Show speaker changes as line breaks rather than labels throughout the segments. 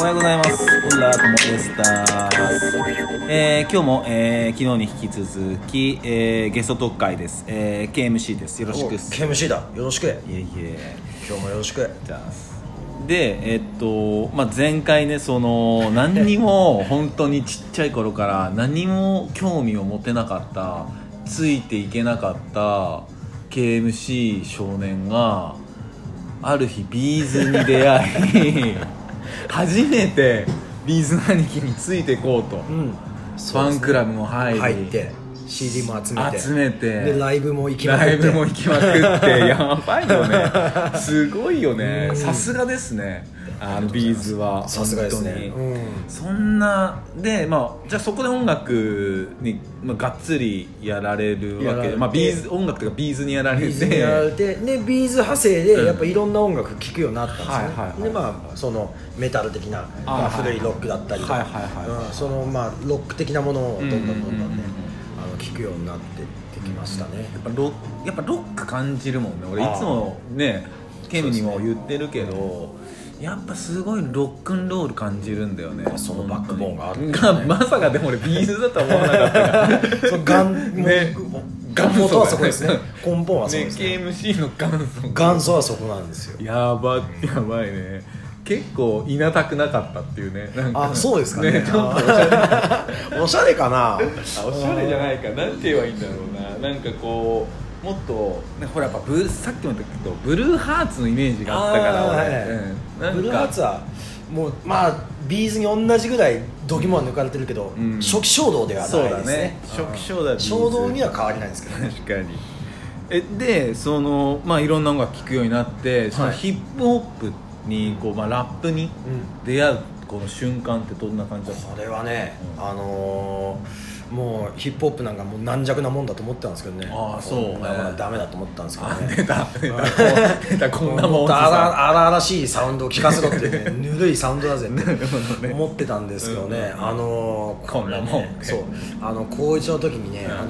おはようございます。オラともエスターえー、今日も、えー、昨日に引き続き、えー、ゲスト特会です。えー、KMC です。よろし
お
くっす。い
KMC だよろしく
えいえ。
今日もよろしく
じゃあでえっと、まあ、前回ねその何にも本当にちっちゃい頃から何も興味を持てなかったついていけなかった KMC 少年がある日ビーズに出会い 初めてビーズの兄貴についていこうと、
うん
ファンクラブも入り
入って CD も集めて
集めて
でライブも行きまくっ
ラ
て
イブも行きまくっ てやばいよねすごいよねさすがですねあのビーズは
さすがですね
本当に
う
そんなでまあじゃあそこで音楽に、まあ、がっつりやられる
や
わ
られ
け
て
まあビーズ音楽というかビーズにやられ
ん
て
ビーズにやられてでビーズ派生で
うん
やっぱいろんな音楽聴くようになったんですね、
はいはいはい
でまあそのメタル的な、まあ
はいはい
古いロックだったりとか、
はいはいはい
うんそのまあロック的なものをどんどんどん
うんう
ど
んうんうん
んねあの聴くようになってってきましたね、
やっぱロやっぱロック感じるもんね俺い
ああ
つもねケムにも言ってるけど、やっぱすごいロックンロール感じるんだよね
そのバックボーンがあるんだ
が まさかでも俺ビーズだとは思わなかったから
その元
ね
もう元元はそこですね
元
根本はそう
ね
ですね
KMC の元祖
元祖はそこなんですよ
やばやばいね結構いなたくなかったっていうねなんか
あそうですかね
ちょっとおしゃれ
おしゃれかな
あおしゃれじゃないかなんて言えばいいんだろうななんかこうもっとねほらやっぱブルさっきも言ったけどブルーハーツのイメージがあったから
あー
俺、
は
う
い
ん、なんか
ブルーハーツはもうまあビーズに同じぐらい度肝は抜かれてるけど、
ん
初期衝動では
そう
ない
だ
です
ね
ね
初期衝動はビーズ
衝動には変わりないんですけどね
確かにえでそのまあいろんな音楽聴くようになってその
はい
ヒップホップにこう、まあ、ラップに出会うこの瞬間ってどんな感じだった
これはね、あのーもうヒップホップなんかもう軟弱なもんだと思ってたんですけどね
あーそう
こんなものはダメだと思ったんですけど
あ
ね
出た出た出たこんなもん
も
お
っ
じ
と
さ
荒々しいサウンドを聞かせろっていう ねぬるいサウンドだぜって
ね
思ってたんですけどね、
うん
あのー
こんなもん
れねそうあの高一の時にね、
うん
あの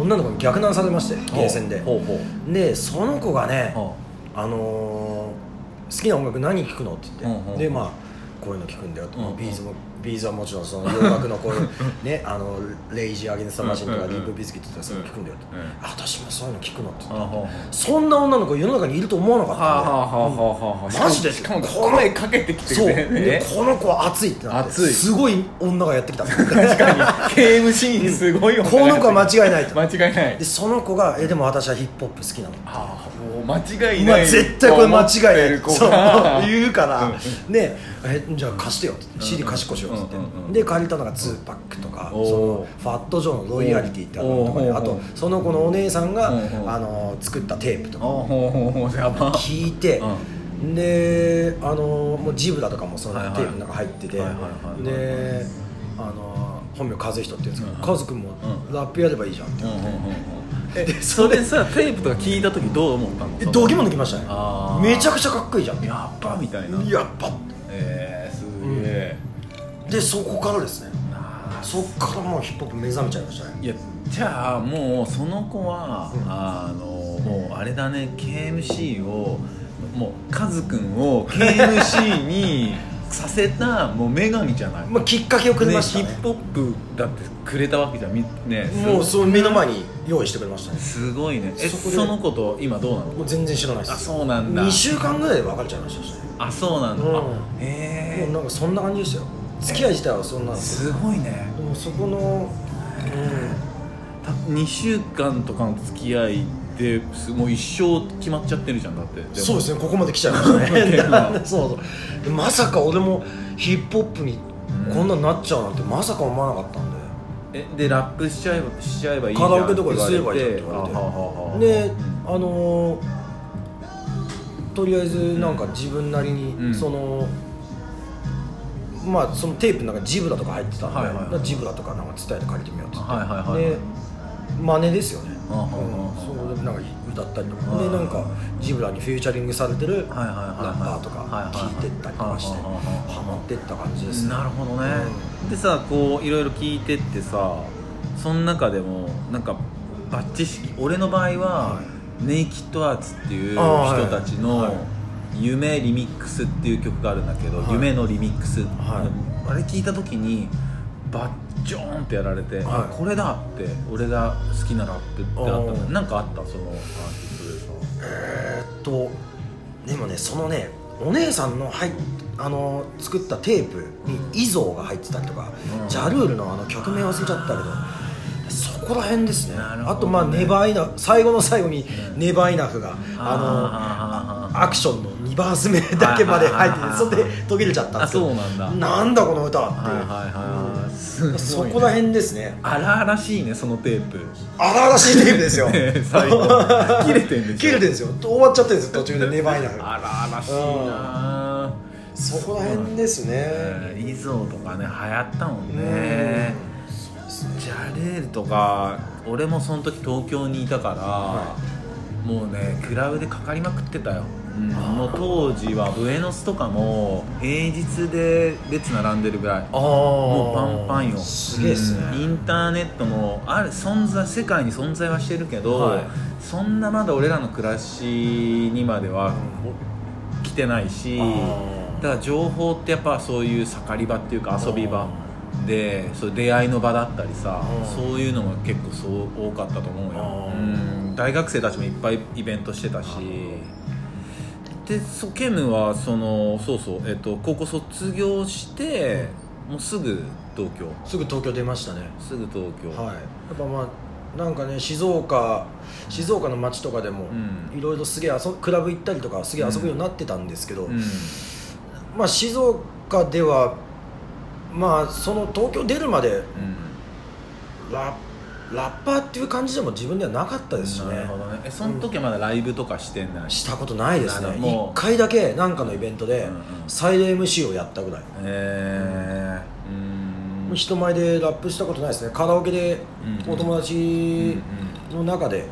女の子に逆難されまして
ん
ゲーセンで
ほうほうほ
でその子がね
うほ
あのー好きな音楽何聴くのって言っ
うんうん
てでまあこういうの聴くんだよと、
うんうん
ビーズもビーズはもちろんその洋楽のこういう ねあのレイジー・アゲンスト・マシンと
う
か
ん
デ
うんうん
ィープ・ビスケットとかそういうの聴くんだよと、
うんうん
あ私もそういうの聴くのって言って
うあほうほう
そんな女の子世の中にいると思わなか
はあはあはあは
った
あはあ、
マジで
しかも声かけてきて
んで、そう
ね
でこの子は熱いってなって
熱い
すごい女がやってきたんです
KMC にすごいよね
この子は間違いないと
間違いない
でその子が「えでも私はヒップホップ好きなの」
ああもう間違い
ま
な
あ、
い
絶対これ間違いない
と思ってる
そ
子
う
が
言うから、ねえじゃあ貸してよって CD 貸しっこしようって言って、
うんうんうん
で借りたのがツーパックとかそ
おー
のファット・ジョーの「ロイヤリティ」ってアルバムとか
お
ね
ー
あとその子のお姉さんが、
うんうん
あの作ったテープと
あ
か
ほうほうほうやば
聞いて、であのもうジブラとかもその
はいはい
テープの中入ってて、
はいはいはい
であの本名和人って言うんですけど、
うん
和君もラップやればいいじゃんって
うんうんうんうんえ
で
それさテープとか聞いた時どう思ったの
で度肝抜きました
あー
ねめちゃくちゃかっこいいじゃん
やっばみたいな
やっぱ
えー、すげえ、
でそこからですね
あ
そっからもうヒップホップ目覚めちゃいました
ー
ね
いやじゃあもうその子は、あのもうあれだね KMC をもうカズくんを KMC にさせたもう女神じゃない
まあ、きっかけをくれましたね
ヒップホップだってくれたわけじゃんみねす
もうその目の前に用意してくれましたね
すごいねえ
そ
そ
こで
の子と今どうな
も
の
う全然知らないです
あそうなんだ
2週間ぐらいで別れちゃいましたし
あそうなんだ、
うん
あへ
ねもうなんかそんな感じでしたよ付き合い自体はそんな
え
んです
すごいね
けどでもそこの
た2週間とかの付き合いですもう一生決まっちゃってるじゃんだって
うんそうですすねここまで来ちゃいました ね
結構
そうそうでまさか俺もヒップホップにこんなになっちゃうなんてまさか思わなかったんで
えでラップしちゃえばしちゃえばいい
カラオケとかですればいいじゃんって
言
言わ
われ
れて
てあははは
であのーとりあえずなんか自分なりに、
うん
そのまあそのテープの中にジブラとか入ってたんで、
はいはいはい
だからジブラとかなんか伝えて借りてみようって言って、
はいはいはい
で真似ですよね、
あはは
うんそれでなんか歌ったりとか
あ
でなんかジブラにフューチャリングされてるラッ
はいはいはいはい
パーとか聞いてったりとかして
はいはいはいはい
ハマってった感じですね
なるほどね、でさこういろいろ聞いてってさその中でもなんかバッチ式俺の場合は、
は
ネイキッドアーツっていう
あーはい
人たちの、
はい
「夢リミックス」っていう曲があるんだけど「
はい
夢のリミックス」
は
あれ聞いた時にバッジョーンってやられて、
はい
あこれだって俺が好きなラップってあった
お
の
ー
なんかあったそのアーティストでさ
とでもねそのねお姉さんの入っあの作ったテープに「イゾー」が入ってたりとか、
うん
ジャルールのあの曲名忘れちゃったけどそこら辺ですね
なるほどね
あとまあネバーイナ最後の最後に
うん
ネバーイナフが、あ
あ
のアクションの2バース目だけまで入って
はいはいはいは
て
い
そんで途切れちゃったん
あ
ですけど
そうなんだ
なんだこの歌って、
はいはいはいはいすごいね
そこら辺ですね
荒々しいねそのテープ
荒々しいテープですよ
最後切れてんでしょ
切れてるんですよ終わっちゃってるんです途中でネバーイナフ
荒々しいなあ
そこら辺ですね、
えーリゾーとかね流行ったもんね
そうですね
ジャレールとか俺もその時東京にいたから、もうねクラブでかかりまくってたよ、うん、もう当時はブエノスとかも平日で列並んでるぐらい
ああ
もうパンパンよ
すげえっすね、
うんインターネットもある存在世界に存在はしてるけど、
はい
そんなまだ俺らの暮らしにまでは来てないし
あー
だから情報ってやっぱそういう盛り場っていうか遊び場でそういう出会いの場だったりさ
うん
そういうのが結構そう多かったと思うよ
あー
うん大学生たちもいっぱいイベントしてたしでそうケムはそのそうそう、えっと、高校卒業してもうすぐ東京
すぐ東京出ましたね
すぐ東京、
はいやっぱまあなんかね静岡静岡の街とかでも
うん
いろいろすげえ遊クラブ行ったりとかすげえ遊ぶようになってたんですけど、
うん
まあ静岡ではまあその東京出るまでララッパーっていう感じでも自分ではなかったですし
うん、な
ね
るほどねえその時はまだライブとかしてない
したことないですね
なるほどもう
1回だけなんかのイベントで
うんうん
サイド MC をやったぐらい
えー、うーん
もう人前でラップしたことないですねカラオケで
うんうん
お友
うんうん
達の中で
うんうん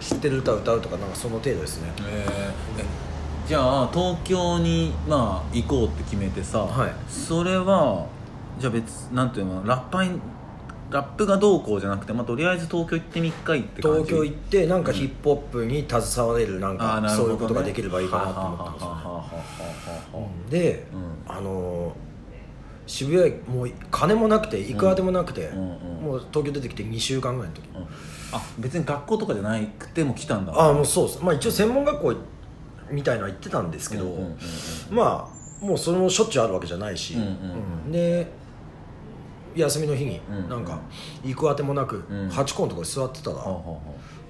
知ってる歌を歌うとかなんかその程度ですね
えーえじゃあ東京にまあ行こうって決めてさ、
はい
それはじゃあ別なんていうのラッパインラップがどうこうじゃなくて、まあ、とりあえず東京行ってみっかいって感
東
じ
京行ってなんかヒップホップに携われるなん
あーな
か
るほ
そう
ど
い
ね
うことができればいいかなと思っ
は
てま
はははは
す
はは
ねで
うん
あのー渋谷駅もう金もなくて行くあてもなくて
うんうん
もう東京出てきて2週間ぐらいの時
うんあ別に学校とかじゃなくても来たんだ
ああもうそうですまあ一応専門学校みたいなのは行ってたんですけど、
うんうんうんうん
まあもうそれもしょっちゅうあるわけじゃないし、
うんうん
うんで休みの日に
うん
なんか行くあてもなく
うん
ハチ公のとこに座ってたら
はあはあは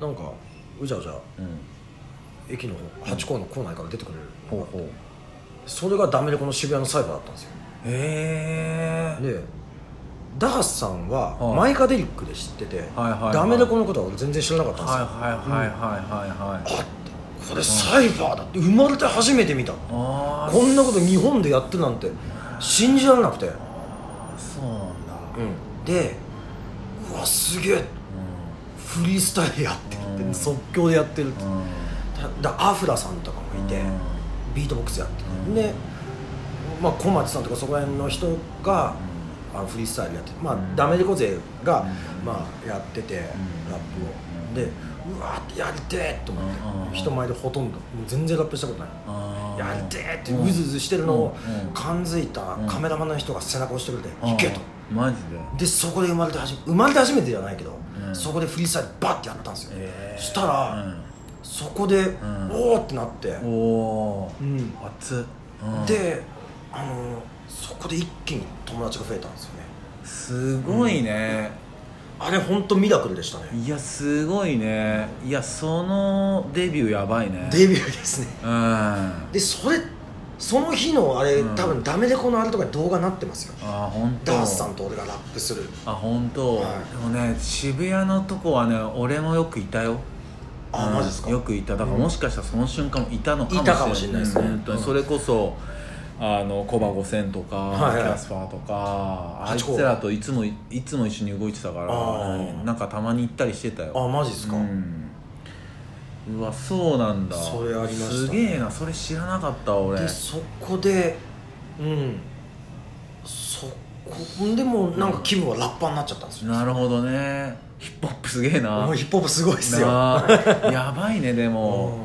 なんかうじゃうじゃ
あうん
駅のハチ公の構内から出てくる
ほうほう
それがダメでこの渋谷のサイバーだったんですよ
へえ
でダハスさん
は
はいマイカデリックで知ってて、
はいはいはい
ダメでこのことは俺全然知らなかったんで
は
す
い
よ、
はいはいはいはいはい
あってこれサイバーだって生まれて初めて見た
あ
こんなこと日本でやってるなんて信じられなくて、
あそうなんだ
でうわすげえフリースタイルやってるって、
うん
即興でやってるって
うんうん
だだアフラさんとかもいて、ビートボックスやってて、で、まあ、小町さんとかそこら辺の人が、あのフリースタイルやってて、まあ
うん
ダメレコ勢が、
うん
まあ、やってて、ラップを、
うん
でうわーってやりてえと思って、
うん
人前でほとんどもう全然ラップしたことない、
あー
やりてえってうずうずしてるのを
うんうん
感づいた
うん
カメラマンの人が背中を押してくれて「
うん
行け」と。
マジで
でそこで生まれて初め生まれて初めてじゃないけど、
うん
そこでフリースタイルバッてやったんですよ、
えー
そしたら、
うん
そこで、
ん
おーってなって、
おお
うん
熱っうん
であのーそこで一気に友達が増えたんですよね
すごいね
あれ本当ミラクルでしたね
いやすごいねいやそのデビューやばいね
デビューですね
うん
でそれその日のあれ、
うん
多分ダメでこのあれとかに動画になってますよ
あ本当。
ダンスさんと俺がラップする
あ本当、
はい
でもね渋谷のとこはね俺もよくいたよ
あ
うん
マジですか
よくいただから
うん
もしかしたらその瞬間もいたのかもしれない
いたかもしれないですね
うん本当に
うん
それこそあのコバ5000とか、
はいはい
キャスパーとかあい
八甲
つらといつもいつも一緒に動いてたから
あー
なんかたまに行ったりしてたよ
あマジですか、
うんうわそうなんだ
それありました
すげえなそれ知らなかった俺
でそこでうんそこでもなんか気分はラッパーになっちゃったんですよ
なるほどねヒップホップすげえな
もうヒップホップすごいっすよ
なあやばいねでも、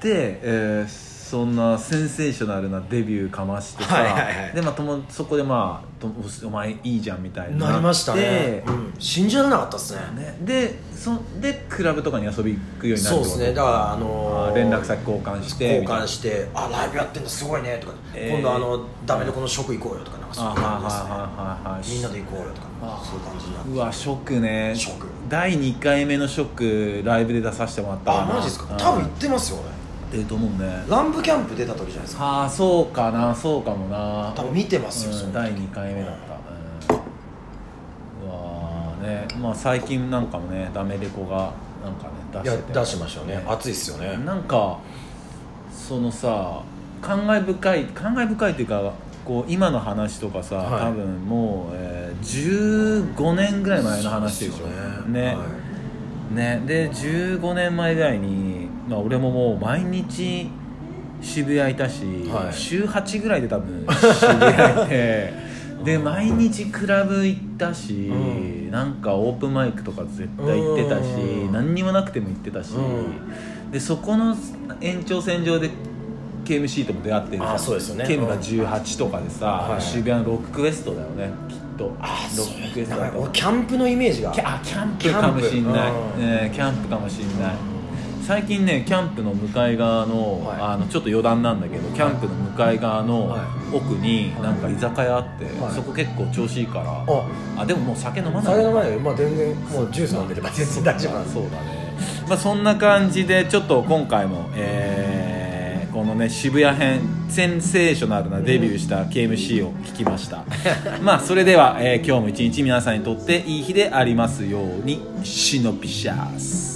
で、えーそんなセンセーショナルなデビューかましてさ、
はいはいはい
でまあともそこでまあとお前いいじゃんみたいになって
なりましたね、うん、信じられなかったですね
ねでそでクラブとかに遊び行くようになる
そうですねだからあ
あ
の
ー
ー
連絡先交換して
交
みたいな
換して「あライブやってんだすごいね」とか、
えー
今度あのダメでこの職行こうよ」とかなんかそう
あ
い
は
う
いは
感じですね
いはいはい
みんなで行こうよとか
あ
そういう感じになって
うわショックね
ショック
第2回目のショックライブで出させてもらった
あマジですか多分行ってますよ俺
てると思うね
ランブキャンプ出た時じゃないですか
ああそうかなそうかもな
多分見てますよ、
うん
その時
第2回目だった、うん、うわーねまあ最近なんかもねダメレコがなんかね
い
出
や
してて
出しましたよね暑いっすよね
なんかそのさ感慨深い感慨深いっていうかこう今の話とかさ、
はい
多分もう、えー15年ぐらい前の話でしょ
そうすよ
ね,、
はい
ねで15年前ぐらいに、まあ、俺ももう毎日渋谷いたし、
はい
週8ぐらいで多 分渋谷いてで毎日クラブ行ったし、
うん
なんかオープンマイクとか絶対行ってたし
うん
何にもなくても行ってたし、
う
でそこの延長線上で KMC とも出会ってるじゃん
あそうですよね
KM が18とかでさ、
はい
渋谷のロッククエストだよねきっと
あ
ロ
そう
ッククエスト
なん
だ
か
と
俺キャンプのイメージが
キャあキャンプかもしんない
キャンプうん
えーキャンプかもしんない最近ねキャンプの向かい側の,、
はい
あのちょっと余談なんだけどキャンプの向かい側の
はい
奥になんか居酒屋あって、
はい
そこ結構調子いいから、
あ
あでももう酒飲まない
酒飲まないよまあ全然もうジュース飲んでれば全然大丈夫なんです
そうだね、まあ、そんな感じでちょっと今回も、えーこのね渋谷編センセーショナルなデビューした KMC を聞きましたまあそれでは、えー今日も一日皆さんにとっていい日でありますようにシノピシャス